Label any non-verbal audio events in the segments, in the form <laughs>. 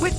With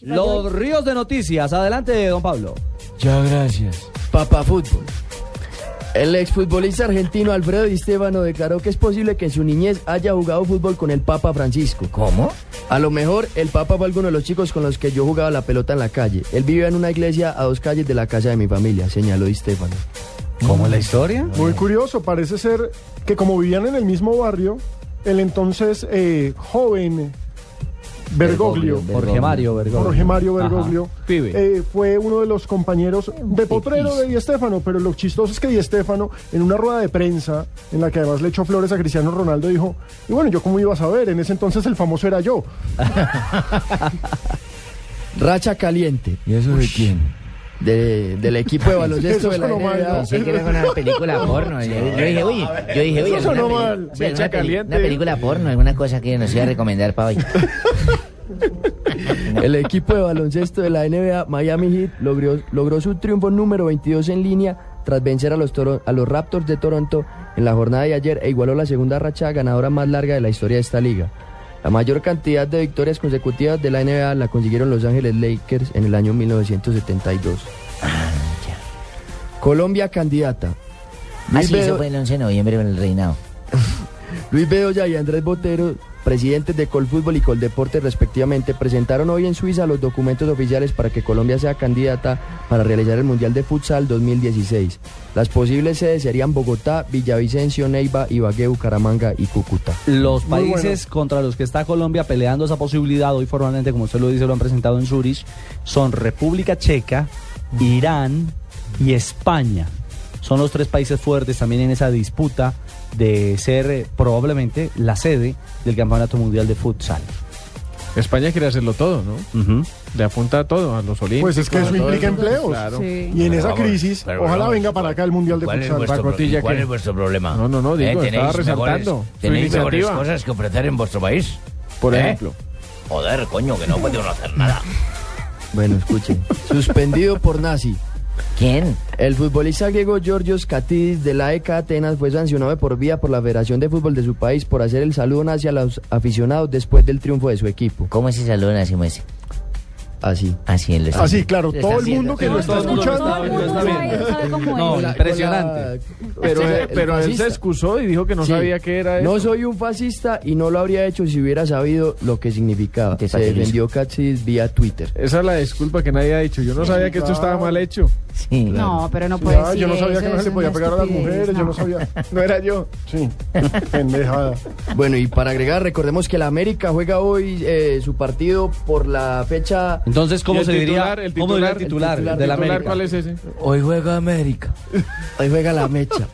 Los ríos de noticias. Adelante, don Pablo. Ya, gracias. Papá Fútbol. El exfutbolista argentino Alfredo Di Stéfano declaró que es posible que en su niñez haya jugado fútbol con el Papa Francisco. ¿Cómo? A lo mejor el Papa fue alguno de los chicos con los que yo jugaba la pelota en la calle. Él vivía en una iglesia a dos calles de la casa de mi familia, señaló Di Stéfano. ¿Cómo la historia? Muy curioso, parece ser que como vivían en el mismo barrio, el entonces eh, joven Bergoglio, Bergoglio, Jorge Mario Bergoglio. Jorge Mario Ajá. Bergoglio, Pibe. eh, fue uno de los compañeros de potrero de Di Stéfano, pero lo chistoso es que Di Stéfano, en una rueda de prensa, en la que además le echó flores a Cristiano Ronaldo, dijo, y bueno, ¿yo cómo iba a saber? En ese entonces el famoso era yo. Racha caliente ¿Y eso de quién? de- <laughs> del equipo de baloncesto Eso de la sonó mal, NBA. ¿no? Pensé que era una película porno. Yo, yo dije, oye, yo dije, oye, Eso alguna, sonó peli- mal. oye, Se alguna, peli- una película porno, alguna cosa que nos iba a recomendar para <laughs> hoy. El equipo de baloncesto de la NBA Miami Heat logró, logró su triunfo número 22 en línea tras vencer a los, Toro- a los Raptors de Toronto en la jornada de ayer e igualó la segunda racha ganadora más larga de la historia de esta liga. La mayor cantidad de victorias consecutivas de la NBA la consiguieron Los Ángeles Lakers en el año 1972. Colombia candidata. Luis Así, eso Bedo- fue el 11 de noviembre en el reinado. Luis Bedoya y Andrés Botero, presidentes de Colfútbol y Coldeporte respectivamente, presentaron hoy en Suiza los documentos oficiales para que Colombia sea candidata para realizar el Mundial de Futsal 2016. Las posibles sedes serían Bogotá, Villavicencio, Neiva, Ibagué, Bucaramanga y Cúcuta. Los Muy países contra los que está Colombia peleando esa posibilidad hoy formalmente, como usted lo dice, lo han presentado en Zurich, son República Checa, Irán y España. Son los tres países fuertes también en esa disputa de ser eh, probablemente la sede del Campeonato Mundial de Futsal. España quiere hacerlo todo, ¿no? Ujú. Le apunta a todo, a los olímpicos. Pues es que eso a todo implica el mundo, empleos. Claro. Y en esa crisis, ojalá venga para acá el Mundial de ¿Cuál es Futsal. vuestro, pro- Pacotilla, y cuál ¿qué? es vuestro problema? Eh, No, no, no, digo, estaba ¿Tenéis resaltando mejores- su ¿Tenéis mejores iniciativa? cosas que ofrecer en vuestro país? Por ¿Eh? ejemplo. Joder, coño, que no puede uno hacer nada. Bueno, escuchen. Suspendido por nazi. <laughs> ¿Quién? El futbolista griego Georgios Katidis de la ECA Atenas fue sancionado de por vía por la Federación de Fútbol de su país por hacer el saludo nazi a los aficionados después del triunfo de su equipo. ¿Cómo es ese saludo así, Ah, ese? Así. Así en los. Así, claro, todo el mundo que lo está Todo el mundo lo escuchando. está- lo está viendo. Con la- con la- Impresionante. pero Sí, el pero él se fascista. excusó y dijo que no Sí. sabía qué era eso. No soy un fascista y no lo habría hecho si hubiera sabido lo que significaba. Te Se facilizo. defendió Katsis vía Twitter. Esa es la disculpa que nadie ha dicho. Yo no sabía que esto estaba mal hecho. Ah, Sí. No, pero no puede Ya, decir yo no Pues sabía eso, que no eso se le es podía una pegar a las estupidez, mujeres, yo no. <laughs> no sabía. No era yo. Sí, <laughs> pendejada. Bueno, y para agregar, recordemos que la América juega hoy eh, su partido por la fecha. Entonces, ¿Y ¿cómo el se titular, diría el cómo diría el titular, titular, el de la titular, América? ¿Cuál es ese? Hoy juega América. Hoy juega la mecha.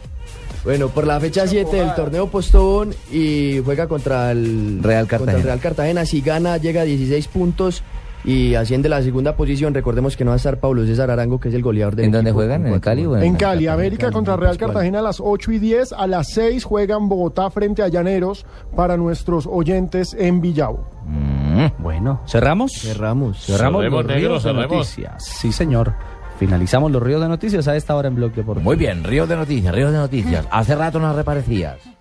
Bueno, por la fecha 7 del torneo Postobón y juega contra el Real contra el Cartagena. Real Cartagena. Si gana, llega a 16 puntos y asciende a la segunda posición. Recordemos que no va a estar Pablo César Arango, que es el goleador del ¿En dónde equipo, juegan? con ¿En el cuatro Cali? o goles. En Cali, América Cali, contra Real Pascual. Cartagena a las 8 y 10. A las 6 juegan Bogotá frente a Llaneros para nuestros oyentes en Villavo. Mm. Bueno, ¿cerramos? Cerramos. Cerramos Cerremos, los negro, ríos de cerremos. noticias. Sí, señor. Finalizamos los ríos de noticias a esta hora en Blog <laughs> Deportivo. Muy bien, río de noticias, río de noticias. Hace rato no reparecías.